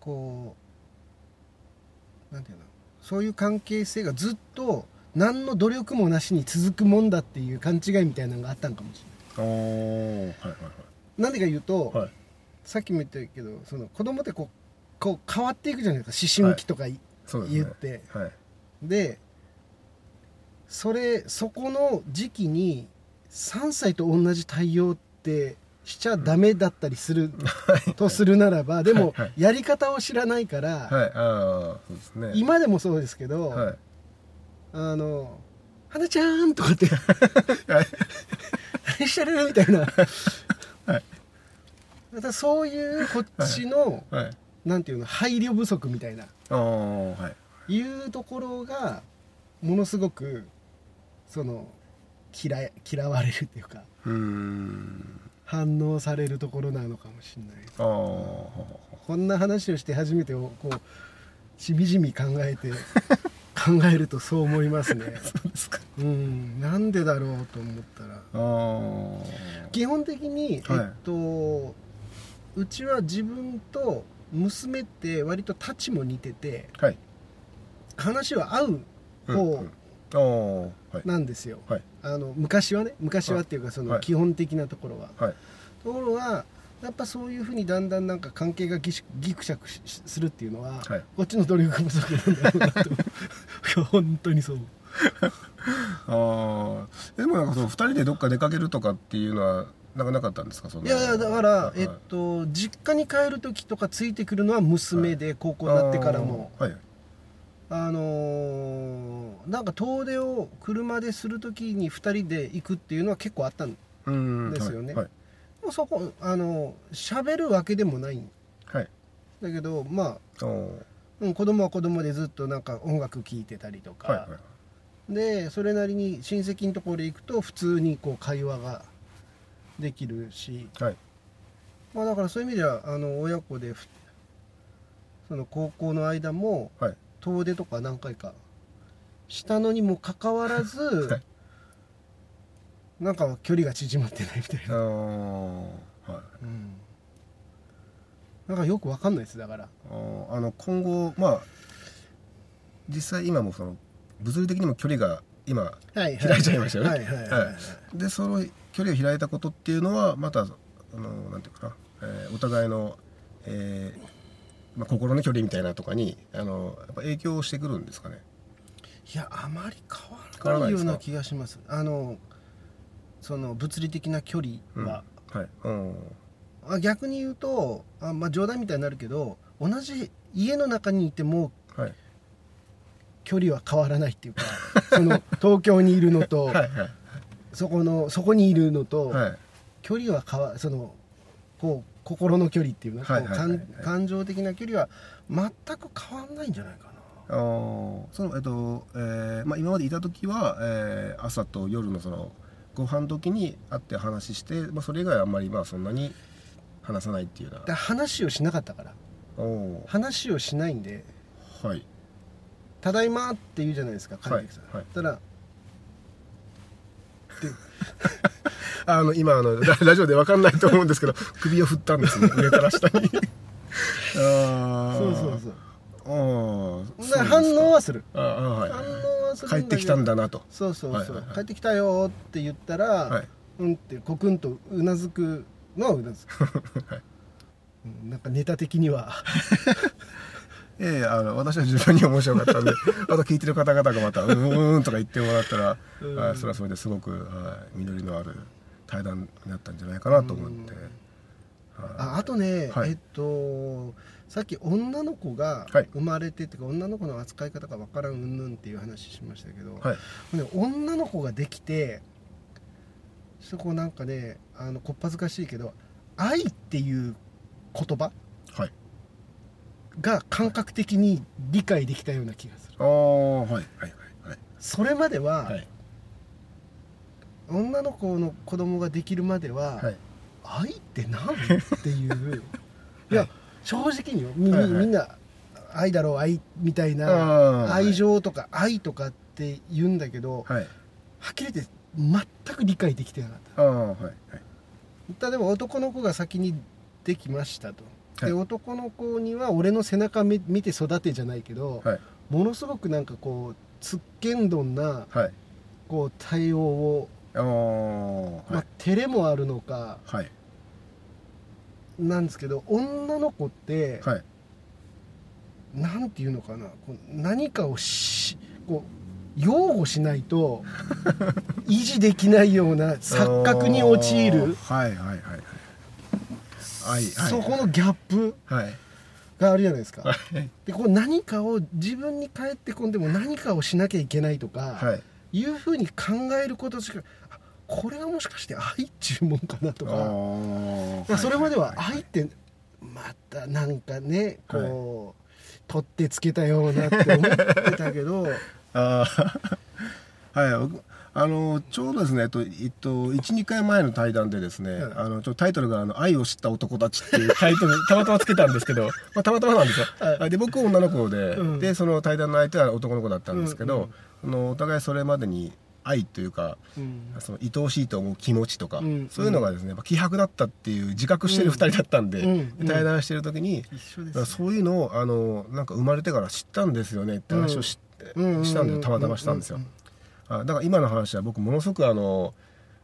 [SPEAKER 3] こうなんていうのそういう関係性がずっと何の努力もなしに続くもんだっていう勘違いみたいなのがあったのかもしれ
[SPEAKER 2] おーはいはい
[SPEAKER 3] ないなんでか言うと、
[SPEAKER 2] はいはい
[SPEAKER 3] さっきも言ったけどその子供ってこうこう変わっていくじゃないですか思春期とかい、
[SPEAKER 2] そうですね
[SPEAKER 3] 言って、
[SPEAKER 2] はい
[SPEAKER 3] でそれそこの時期に3歳と同じ対応ってしちゃダメだったり
[SPEAKER 2] (laughs)
[SPEAKER 3] する、とするならばでも
[SPEAKER 2] はいは
[SPEAKER 3] やり方を知らないから、
[SPEAKER 2] はいああそうですね
[SPEAKER 3] 今でもそうですけど「
[SPEAKER 2] はい
[SPEAKER 3] あの花ちゃん」とかっ
[SPEAKER 2] (laughs)
[SPEAKER 3] て
[SPEAKER 2] はい
[SPEAKER 3] 「何してる?」みたいな、
[SPEAKER 2] はい
[SPEAKER 3] またそういうこっちの、
[SPEAKER 2] はい
[SPEAKER 3] なんていうの配慮不足みたいな
[SPEAKER 2] ああはい
[SPEAKER 3] いうところがものすごくその嫌い嫌われるっていうか
[SPEAKER 2] うーん
[SPEAKER 3] 反応されるところなのかもしれない
[SPEAKER 2] ああ
[SPEAKER 3] こんな話をして初めてこうしみじみ考
[SPEAKER 2] (laughs)
[SPEAKER 3] えて考えるとそう思いますね
[SPEAKER 2] そうですか
[SPEAKER 3] うんなんでだろうと思ったら
[SPEAKER 2] ああ
[SPEAKER 3] 基本的に、
[SPEAKER 2] はい
[SPEAKER 3] えっとうちは自分と娘って割と立ちも似てて
[SPEAKER 2] はい
[SPEAKER 3] 話は合う方
[SPEAKER 2] ああはい
[SPEAKER 3] なんですよ、
[SPEAKER 2] はい
[SPEAKER 3] あの昔はね昔はっていうかその
[SPEAKER 2] はい
[SPEAKER 3] 基本的なところは、
[SPEAKER 2] はい
[SPEAKER 3] ところがやっぱそういうふうにだんだんなんか関係がぎしぎくしゃくしするっていうのは、
[SPEAKER 2] はい
[SPEAKER 3] こっちの努力不足なんだろうなといや (laughs) 本当にそう
[SPEAKER 2] ああでもなんかその2人でどっか出かけるとかっていうのはなかなかったんですかその
[SPEAKER 3] いやいやだから、
[SPEAKER 2] はい
[SPEAKER 3] えっと実家に帰る時とかついてくるのは娘で、高校になってからも
[SPEAKER 2] あーはい
[SPEAKER 3] あのーなんか遠出を車でする時に2人で行くっていうのは結構あったので
[SPEAKER 2] うーん
[SPEAKER 3] ですよね
[SPEAKER 2] はい
[SPEAKER 3] もうそこあの喋るわけでもないん
[SPEAKER 2] はい
[SPEAKER 3] だけどまあ
[SPEAKER 2] あーはい
[SPEAKER 3] うん、子供は子供でずっとなんか音楽聴いてたりとか、
[SPEAKER 2] はい
[SPEAKER 3] でそれなりに親戚のところへ行くと普通にこう会話ができるし、
[SPEAKER 2] はい
[SPEAKER 3] まあ、だからそういう意味ではあの親子でふその高校の間も
[SPEAKER 2] はい
[SPEAKER 3] 遠出とか何回かしたのにもかかわらず、
[SPEAKER 2] はい
[SPEAKER 3] なんか距離が縮まってないみたい
[SPEAKER 2] あ
[SPEAKER 3] な、
[SPEAKER 2] ーはい
[SPEAKER 3] うん、なんかよくわかんないですだから
[SPEAKER 2] あーあの今後まあ実際今もその物理的にも距離が今
[SPEAKER 3] 開
[SPEAKER 2] 開いちゃいましたよね
[SPEAKER 3] はいはいはい、はい
[SPEAKER 2] でその距離を開いたことっていうのはまたあのなんていうかな、えーお互いの、えーまあ、心の距離みたいなとかにあのやっぱ影響してくるんですかね
[SPEAKER 3] いやあまり変わ
[SPEAKER 2] 変
[SPEAKER 3] ら
[SPEAKER 2] わら
[SPEAKER 3] な
[SPEAKER 2] ないいで
[SPEAKER 3] よう
[SPEAKER 2] すか
[SPEAKER 3] な気がしますあのその物理的な距離
[SPEAKER 2] うん
[SPEAKER 3] は、
[SPEAKER 2] はいうん
[SPEAKER 3] あ逆に言うとあ、まあ、冗談みたいになるけど同じ家の中にいても
[SPEAKER 2] はい
[SPEAKER 3] 距離は変わらな
[SPEAKER 2] (laughs)
[SPEAKER 3] いっていうかその東京にいるのと、
[SPEAKER 2] はい
[SPEAKER 3] そこのそこにいるのと、
[SPEAKER 2] はいはい
[SPEAKER 3] 距離は変わそのこう心の距離っていうの、
[SPEAKER 2] はいはいはいはい
[SPEAKER 3] こう感感情的な距離は全く変わらないんじゃないかな
[SPEAKER 2] あーそのえっと、えーまあ、今までいた時は、えー朝と夜のそのご飯時に会って話して、まあ、それ以外はあんまりまあそんなに話さないっていうよう
[SPEAKER 3] で
[SPEAKER 2] な
[SPEAKER 3] 話をしなかったから
[SPEAKER 2] お
[SPEAKER 3] 話をしないんで
[SPEAKER 2] ーはい
[SPEAKER 3] 「ただいま」って言うじゃないですか帰ってきたら、
[SPEAKER 2] はいはい
[SPEAKER 3] たら
[SPEAKER 2] あの今あのラ (laughs) ラジオで分かんないと思うんですけど首を振ったんですね上から下に (laughs) ああ
[SPEAKER 3] そうそうそう
[SPEAKER 2] ああ
[SPEAKER 3] だから反応はする
[SPEAKER 2] ああはい
[SPEAKER 3] 反応はするんだけ
[SPEAKER 2] 帰
[SPEAKER 3] ど
[SPEAKER 2] ってきたんだなと
[SPEAKER 3] そうそうそう、
[SPEAKER 2] はいはいはい
[SPEAKER 3] 帰ってきたよーって言ったら、
[SPEAKER 2] はい
[SPEAKER 3] うんってコクンとうなずくのはうな
[SPEAKER 2] (laughs)
[SPEAKER 3] ずく、うんなんかネタ的には
[SPEAKER 2] いやいやあの私は自分に面白かったんで (laughs) あと聞いてる方々がまた「うーん」とか言ってもらったら、
[SPEAKER 3] うん
[SPEAKER 2] はい、それはそれですごく、はい、実りのある対談になったんじゃないかなと思って
[SPEAKER 3] ああとね、
[SPEAKER 2] はい
[SPEAKER 3] えっとさっき女の子が
[SPEAKER 2] はい
[SPEAKER 3] 生まれてっていうか、女の子の扱い方がわからんうんぬんっていう話しましたけど、
[SPEAKER 2] はい
[SPEAKER 3] ね女の子ができてそこうなんかねあのこっぱずかしいけど愛っていう言葉
[SPEAKER 2] はい
[SPEAKER 3] が感覚的に理解できたような気がする
[SPEAKER 2] ああはいはいはい
[SPEAKER 3] それまでは、
[SPEAKER 2] はいはい
[SPEAKER 3] 女の子の子供ができるまでは、
[SPEAKER 2] はい
[SPEAKER 3] 愛って何っていう
[SPEAKER 2] (laughs)
[SPEAKER 3] いや正直によみ,み、
[SPEAKER 2] はいはい
[SPEAKER 3] みんな愛だろう愛みたいな
[SPEAKER 2] あー
[SPEAKER 3] 愛情とか愛とかって言うんだけど、
[SPEAKER 2] はい
[SPEAKER 3] はっきり言って全く理解できてなかった
[SPEAKER 2] ああはいはい
[SPEAKER 3] 例えば男の子が先にできましたと、
[SPEAKER 2] はい
[SPEAKER 3] で男の子には俺の背中見見て育てじゃないけど、
[SPEAKER 2] はい
[SPEAKER 3] ものすごくなんかこうつっけんどんな
[SPEAKER 2] はい
[SPEAKER 3] こう対応を、
[SPEAKER 2] ああはい、
[SPEAKER 3] まあ、照れもあるのか
[SPEAKER 2] はい
[SPEAKER 3] なんですけど女の子って、
[SPEAKER 2] はい
[SPEAKER 3] なんていうのかなこう何かをしこう擁護しな
[SPEAKER 2] (laughs)
[SPEAKER 3] いと維持できないような錯覚に陥る
[SPEAKER 2] あーはいはいはいはいはいはい
[SPEAKER 3] そこのギャップ
[SPEAKER 2] はい
[SPEAKER 3] があるじゃないですか。
[SPEAKER 2] はい
[SPEAKER 3] でこう何かを自分に返ってこんでも何かをしなきゃいけないと
[SPEAKER 2] は
[SPEAKER 3] か
[SPEAKER 2] い
[SPEAKER 3] いうふうに考えることしかあこれがもしかして愛っちゅうもんかなと
[SPEAKER 2] あ
[SPEAKER 3] か
[SPEAKER 2] ー
[SPEAKER 3] まあそれまでは愛
[SPEAKER 2] い
[SPEAKER 3] ってまたなんかねこう取ってつけたようなって思ってた
[SPEAKER 2] (laughs)
[SPEAKER 3] けど
[SPEAKER 2] あー (laughs) はい僕あのちょうどですね、えっと、えっと、12回前の対談でですね、
[SPEAKER 3] うん
[SPEAKER 2] あのちょタイトルがあの「愛を知った男たち」っていうタイト
[SPEAKER 3] (laughs)
[SPEAKER 2] ルたまたまつけたんですけど、まあ、たまたまなんですよ、
[SPEAKER 3] は
[SPEAKER 2] で僕は女の子で、
[SPEAKER 3] うん
[SPEAKER 2] でその対談の相手は男の子だったんですけ
[SPEAKER 3] うんう
[SPEAKER 2] ど
[SPEAKER 3] ん、
[SPEAKER 2] あのお互いそれまでに愛というか
[SPEAKER 3] うん
[SPEAKER 2] その愛おしいと思う気持ちとか、
[SPEAKER 3] うん
[SPEAKER 2] そういうのがですねやっぱ希薄だったっていう自覚してる2人だったんで、
[SPEAKER 3] うんうん
[SPEAKER 2] 対談してる時に、
[SPEAKER 3] 一緒で
[SPEAKER 2] だから
[SPEAKER 3] すね
[SPEAKER 2] そういうのをあのなんか生まれてから知ったんですよねって話をし,、
[SPEAKER 3] うんうんうんうん
[SPEAKER 2] したんですよたまたましたんですよ、
[SPEAKER 3] うんうん
[SPEAKER 2] あだから今の話は僕ものすごくあの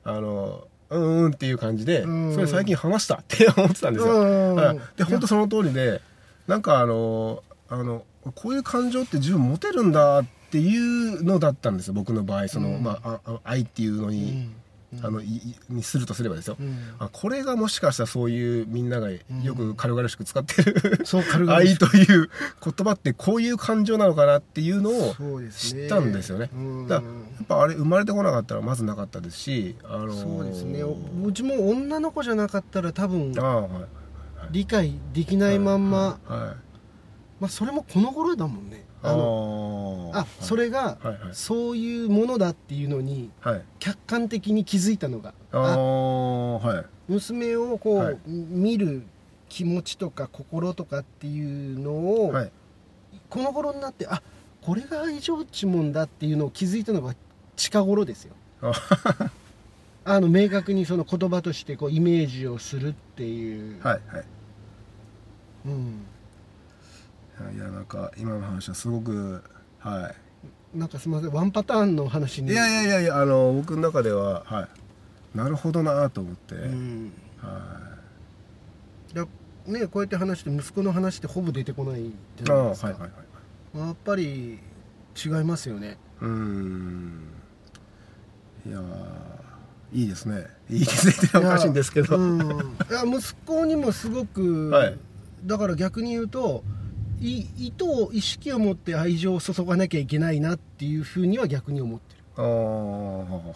[SPEAKER 2] あのうんうんっていう感じで、
[SPEAKER 3] うん
[SPEAKER 2] それ最近話したって思ってたんですよ、
[SPEAKER 3] うん
[SPEAKER 2] あで本当その通りでなんかあのあのこういう感情って自分持てるんだっていうのだったんですよ僕の場合その、
[SPEAKER 3] うん
[SPEAKER 2] まあああ愛っていうの
[SPEAKER 3] う
[SPEAKER 2] に、
[SPEAKER 3] んうん
[SPEAKER 2] あのいいにするとすればですよ、
[SPEAKER 3] うん
[SPEAKER 2] あこれがもしかしたらそういうみんながよく軽々しく使ってる、
[SPEAKER 3] そう軽々
[SPEAKER 2] 愛
[SPEAKER 3] しく
[SPEAKER 2] という言葉ってこういう感情なのかなっていうのを
[SPEAKER 3] そうですね
[SPEAKER 2] 知ったんですよね
[SPEAKER 3] うん
[SPEAKER 2] だからやっぱあれ生まれてこなかったらまずなかったですし、あのー
[SPEAKER 3] そうですねおうちも女の子じゃなかったら多分
[SPEAKER 2] ああはい
[SPEAKER 3] 理解できないまんま、
[SPEAKER 2] はい
[SPEAKER 3] まあ、それもこの頃だもんねあの
[SPEAKER 2] の
[SPEAKER 3] あそれが
[SPEAKER 2] はいはい
[SPEAKER 3] そういうものだっていうのに
[SPEAKER 2] はい
[SPEAKER 3] 客観的に気づいたのが
[SPEAKER 2] あ
[SPEAKER 3] あ
[SPEAKER 2] あはい
[SPEAKER 3] 娘をこう、
[SPEAKER 2] はい
[SPEAKER 3] 見る気持ちとか心とかっていうのを、
[SPEAKER 2] はい
[SPEAKER 3] この頃になってあこれが愛情っちゅうもんだっていうのを気づいたのが近頃ですよ
[SPEAKER 2] あ
[SPEAKER 3] あの明確にその言葉としてこうイメージをするっていう、
[SPEAKER 2] はいはい
[SPEAKER 3] うん、
[SPEAKER 2] いやなんか今の話はすごくは
[SPEAKER 3] なんかすみませんワンパターンの話
[SPEAKER 2] い
[SPEAKER 3] に
[SPEAKER 2] いやいやいやいやあの僕の中でははいなるほどなと思って、
[SPEAKER 3] うん
[SPEAKER 2] は
[SPEAKER 3] だねこうやって話して息子の話ってほぼ出てこない
[SPEAKER 2] い
[SPEAKER 3] じ
[SPEAKER 2] あ
[SPEAKER 3] ゃ
[SPEAKER 2] あは
[SPEAKER 3] ないで
[SPEAKER 2] い
[SPEAKER 3] すか、
[SPEAKER 2] はいはい
[SPEAKER 3] やっぱり違いますよね
[SPEAKER 2] うーんいやーいいですねいいですねっておかしいんですけど、
[SPEAKER 3] いや,、うん、いや息子にもすごく、
[SPEAKER 2] はい
[SPEAKER 3] だから逆に言うとい意図を意識を持って愛情を注がなきゃいけないなっていうふうには逆に思ってる
[SPEAKER 2] あーははは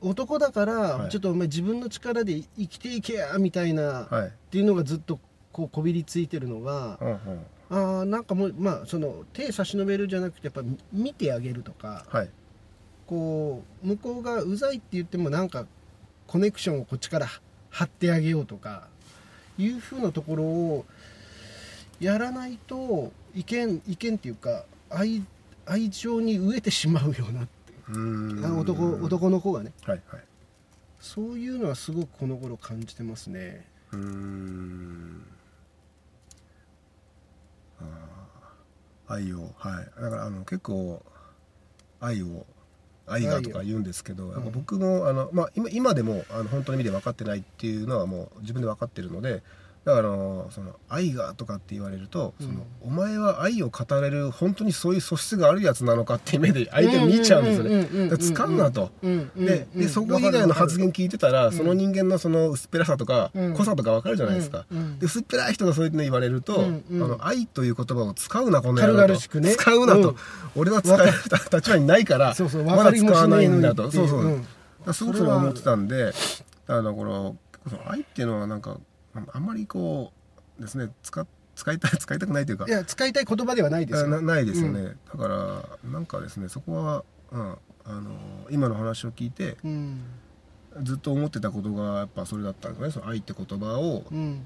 [SPEAKER 3] 男だから、
[SPEAKER 2] はい
[SPEAKER 3] ちょっとお前自分の力で生きていけやみたいな、
[SPEAKER 2] ははい
[SPEAKER 3] っていうのがずっとこうこびりついてるのが、
[SPEAKER 2] うんうん
[SPEAKER 3] あーなんかもうまあその手差し伸べるじゃなくてやっぱ見てあげるとか
[SPEAKER 2] はい
[SPEAKER 3] こう向こうがうざいって言ってもなんかコネクションをこっちから張ってあげようとかいうふうなところをやらないと意見意見っていうか愛愛情に飢えてしまうようなって
[SPEAKER 2] うーん
[SPEAKER 3] 男
[SPEAKER 2] はい
[SPEAKER 3] 男の子がね
[SPEAKER 2] はい
[SPEAKER 3] そういうのはすごくこの頃感じてますね
[SPEAKER 2] うーんあー愛をはいだからあの結構愛を愛がとか言うんですけど、やっぱ僕もあの、まあ、今今でもあの本当の意味で分かってないっていうのはもう自分で分かってるのでだからあのその愛がとかって言われると、そのお前は愛を語れる本当にそういう素質があるやつなのかっていう目で相手を見ちゃうんですよ
[SPEAKER 3] うんうんうんうんうん
[SPEAKER 2] ね。だから使うなと、
[SPEAKER 3] うんうん
[SPEAKER 2] で
[SPEAKER 3] うん
[SPEAKER 2] でそこ以外の発言聞いてたら、
[SPEAKER 3] ん
[SPEAKER 2] その人間のその薄っぺらさとか、
[SPEAKER 3] うん
[SPEAKER 2] 濃さとか分かるじゃないですか、
[SPEAKER 3] うんうん
[SPEAKER 2] で薄っぺらい人がそういうの言われると、
[SPEAKER 3] うんうん
[SPEAKER 2] あの愛という言葉を使うなこの野郎と
[SPEAKER 3] 軽々しくね
[SPEAKER 2] 使うなと、
[SPEAKER 3] うん
[SPEAKER 2] 俺は使える立場にないから
[SPEAKER 3] そうそう
[SPEAKER 2] まだ使わないんだ
[SPEAKER 3] わ
[SPEAKER 2] と
[SPEAKER 3] かり
[SPEAKER 2] そう
[SPEAKER 3] もし
[SPEAKER 2] そ、
[SPEAKER 3] ないうのに
[SPEAKER 2] だからすごくそれは思ってたんでだからこの結構その愛っていうのはなんかあんまりこうですね使使いたい使いたくないというか
[SPEAKER 3] いや使いたい言葉ではないですよ
[SPEAKER 2] なないですよね、
[SPEAKER 3] う
[SPEAKER 2] だからなんかですねそこは、うん、あの今の話を聞いて
[SPEAKER 3] うん
[SPEAKER 2] ずっと思ってたことがやっぱそれだったんですねその愛って言葉を
[SPEAKER 3] うん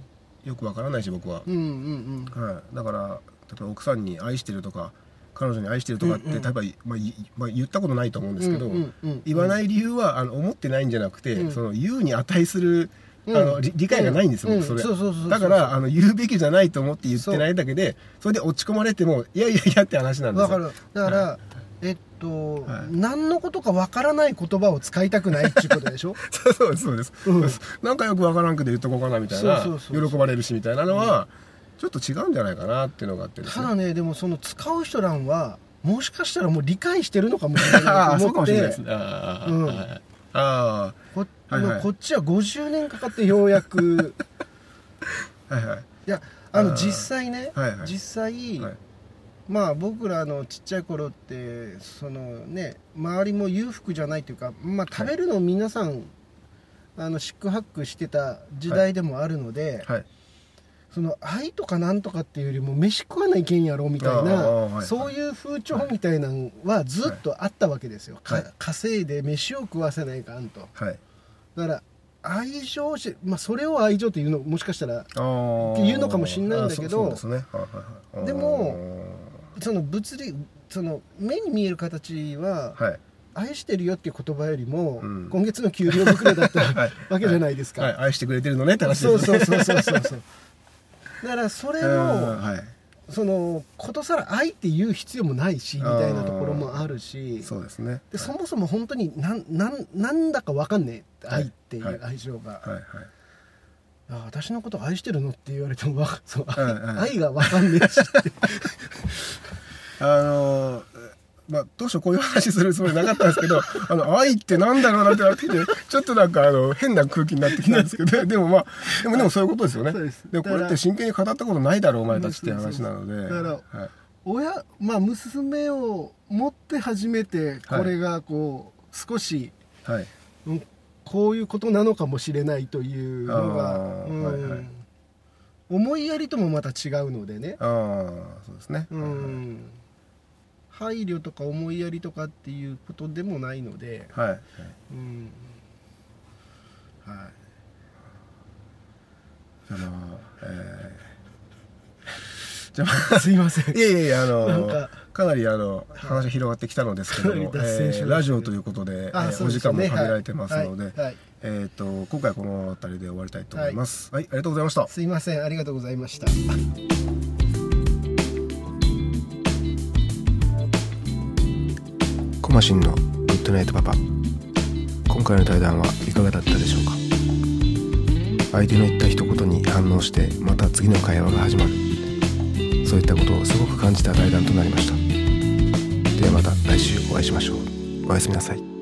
[SPEAKER 2] よくわからないし僕は
[SPEAKER 3] うんう、ん
[SPEAKER 2] はい、だから例えば奥さんに愛してるとか彼女に愛してるとかって、
[SPEAKER 3] うんうん
[SPEAKER 2] 例えば、まあいまあ、言ったことないと思うん
[SPEAKER 3] うん
[SPEAKER 2] ですけど、
[SPEAKER 3] うんうん
[SPEAKER 2] 言わない理由はあの思ってないんじゃなくて、
[SPEAKER 3] うん
[SPEAKER 2] その言うに値するあ
[SPEAKER 3] うん
[SPEAKER 2] の理理解がないんですよ、
[SPEAKER 3] う
[SPEAKER 2] 僕それ
[SPEAKER 3] そうそうそうそう
[SPEAKER 2] だからあの言うべきじゃないと思って言ってないだけでそれで落ち込まれてもいやいやいやって話なんです
[SPEAKER 3] わ
[SPEAKER 2] よ
[SPEAKER 3] かるだから、えっと、
[SPEAKER 2] はい
[SPEAKER 3] 何のことかわからない言葉を使いたくないっていうこと
[SPEAKER 2] (laughs)
[SPEAKER 3] でしょ
[SPEAKER 2] そうそうですそうです、
[SPEAKER 3] うん
[SPEAKER 2] なんかよくわからんくて言っとこうかなみたいな
[SPEAKER 3] そうそうそう
[SPEAKER 2] 喜ばれるしみたいなのは、ちょっと違うんじゃないかなっていうのがあってです
[SPEAKER 3] た
[SPEAKER 2] ね
[SPEAKER 3] だねでもその使う人らんはもしかしたらもう理解してるのかもしれ
[SPEAKER 2] あ (laughs)
[SPEAKER 3] な
[SPEAKER 2] あ
[SPEAKER 3] いと
[SPEAKER 2] そうか
[SPEAKER 3] 思っ
[SPEAKER 2] もしれないで
[SPEAKER 3] て
[SPEAKER 2] すねああ、
[SPEAKER 3] うん
[SPEAKER 2] はいはいあ
[SPEAKER 3] こ
[SPEAKER 2] はいはい
[SPEAKER 3] こっちは50年かかってようや
[SPEAKER 2] (laughs)
[SPEAKER 3] く
[SPEAKER 2] あはいはい
[SPEAKER 3] いやあ
[SPEAKER 2] あ
[SPEAKER 3] の
[SPEAKER 2] ー
[SPEAKER 3] 実際ね、
[SPEAKER 2] はいはい
[SPEAKER 3] 実際、
[SPEAKER 2] はい
[SPEAKER 3] まあ僕らのちっちゃい頃ってそのね周りも裕福じゃないというか、まあ、食べるの皆さん、あのシックハックしてた時代でもあるので、
[SPEAKER 2] はい
[SPEAKER 3] その愛とかなんとかっていうよりも飯食わないけんやろみたいな、
[SPEAKER 2] ああはい
[SPEAKER 3] そういう風潮みたいなのはずっとあったわけですよ、
[SPEAKER 2] はい
[SPEAKER 3] か稼いで飯を食わせないかんと
[SPEAKER 2] はい
[SPEAKER 3] だから愛情し、まあ、それを愛情っていうのもしかした
[SPEAKER 2] あ
[SPEAKER 3] ら
[SPEAKER 2] あ
[SPEAKER 3] っていうのかもしんないんだけど
[SPEAKER 2] ああそうそうですねはいはいはい
[SPEAKER 3] でもその物理その目に見える形は
[SPEAKER 2] ああはい
[SPEAKER 3] 愛してるよっていう言葉よりも、
[SPEAKER 2] うん
[SPEAKER 3] 今月の給料袋だった
[SPEAKER 2] はい
[SPEAKER 3] わけじゃないです
[SPEAKER 2] (laughs)
[SPEAKER 3] か、
[SPEAKER 2] はい、愛してくれてるのねって話です
[SPEAKER 3] そ
[SPEAKER 2] ね
[SPEAKER 3] うそうそうそうそうそうだからそれ
[SPEAKER 2] うん
[SPEAKER 3] を
[SPEAKER 2] は
[SPEAKER 3] そのことさら愛って言う必要もないしみたいなところもある
[SPEAKER 2] い
[SPEAKER 3] し
[SPEAKER 2] そうですね
[SPEAKER 3] でそもそも本当になんなんなんだかわかんねえ愛ってい
[SPEAKER 2] はいう
[SPEAKER 3] 愛情が、
[SPEAKER 2] はいはい
[SPEAKER 3] あ私のこと愛してるのって言われてもわ
[SPEAKER 2] (laughs)
[SPEAKER 3] かそう、
[SPEAKER 2] はいはい
[SPEAKER 3] 愛がわかんねえしって (laughs)
[SPEAKER 2] あのーまあ、当初こういう話するつもりなかったんですけど (laughs) あの愛ってなんだろうなってなってきてちょっとなんかあの変な空気になってきたんですけ
[SPEAKER 3] (laughs)
[SPEAKER 2] どでもまあでもでもそういうことですよね
[SPEAKER 3] そうです
[SPEAKER 2] でもこれ
[SPEAKER 3] だ
[SPEAKER 2] っ
[SPEAKER 3] か
[SPEAKER 2] て
[SPEAKER 3] ら
[SPEAKER 2] 真剣に語ったことないだろうお前たちっていう話なので
[SPEAKER 3] そうそうそうだか
[SPEAKER 2] はい
[SPEAKER 3] 親まあ娘を持って初めてこれがこう少し、
[SPEAKER 2] はい
[SPEAKER 3] うんこういうことなのかもしれないというのが、
[SPEAKER 2] あー
[SPEAKER 3] うん
[SPEAKER 2] はいはい
[SPEAKER 3] 思いやりともまた違うのでね、
[SPEAKER 2] ああそうですね、
[SPEAKER 3] うん、配慮とか思いやりとかっていうことでもないので、
[SPEAKER 2] はいはい
[SPEAKER 3] うんは
[SPEAKER 2] (laughs) あのーえーじゃあまあ
[SPEAKER 3] (laughs) い、すいません
[SPEAKER 2] いやいやいやあの
[SPEAKER 3] なん
[SPEAKER 2] か
[SPEAKER 3] か
[SPEAKER 2] なりあの話が広がってきたのですけども、
[SPEAKER 3] かなり脱線し
[SPEAKER 2] え
[SPEAKER 3] ました
[SPEAKER 2] ー
[SPEAKER 3] ね
[SPEAKER 2] ラジオということでえー
[SPEAKER 3] そ
[SPEAKER 2] お
[SPEAKER 3] うで
[SPEAKER 2] 時
[SPEAKER 3] すよ
[SPEAKER 2] 間も
[SPEAKER 3] ね
[SPEAKER 2] 限られてますので、
[SPEAKER 3] はいはいはい
[SPEAKER 2] えー、と今回はこの辺りで終わりたいと思います。はい、ありがとうございました。
[SPEAKER 3] すいませんありがとうございました
[SPEAKER 2] コマシンのグッドナイトパパ今回の対談はいかがだったでしょうか相手の言った一言に反応してまた次の会話が始まるそういったことをすごく感じた対談となりましたではまた来週お会いしましょうおやすみなさい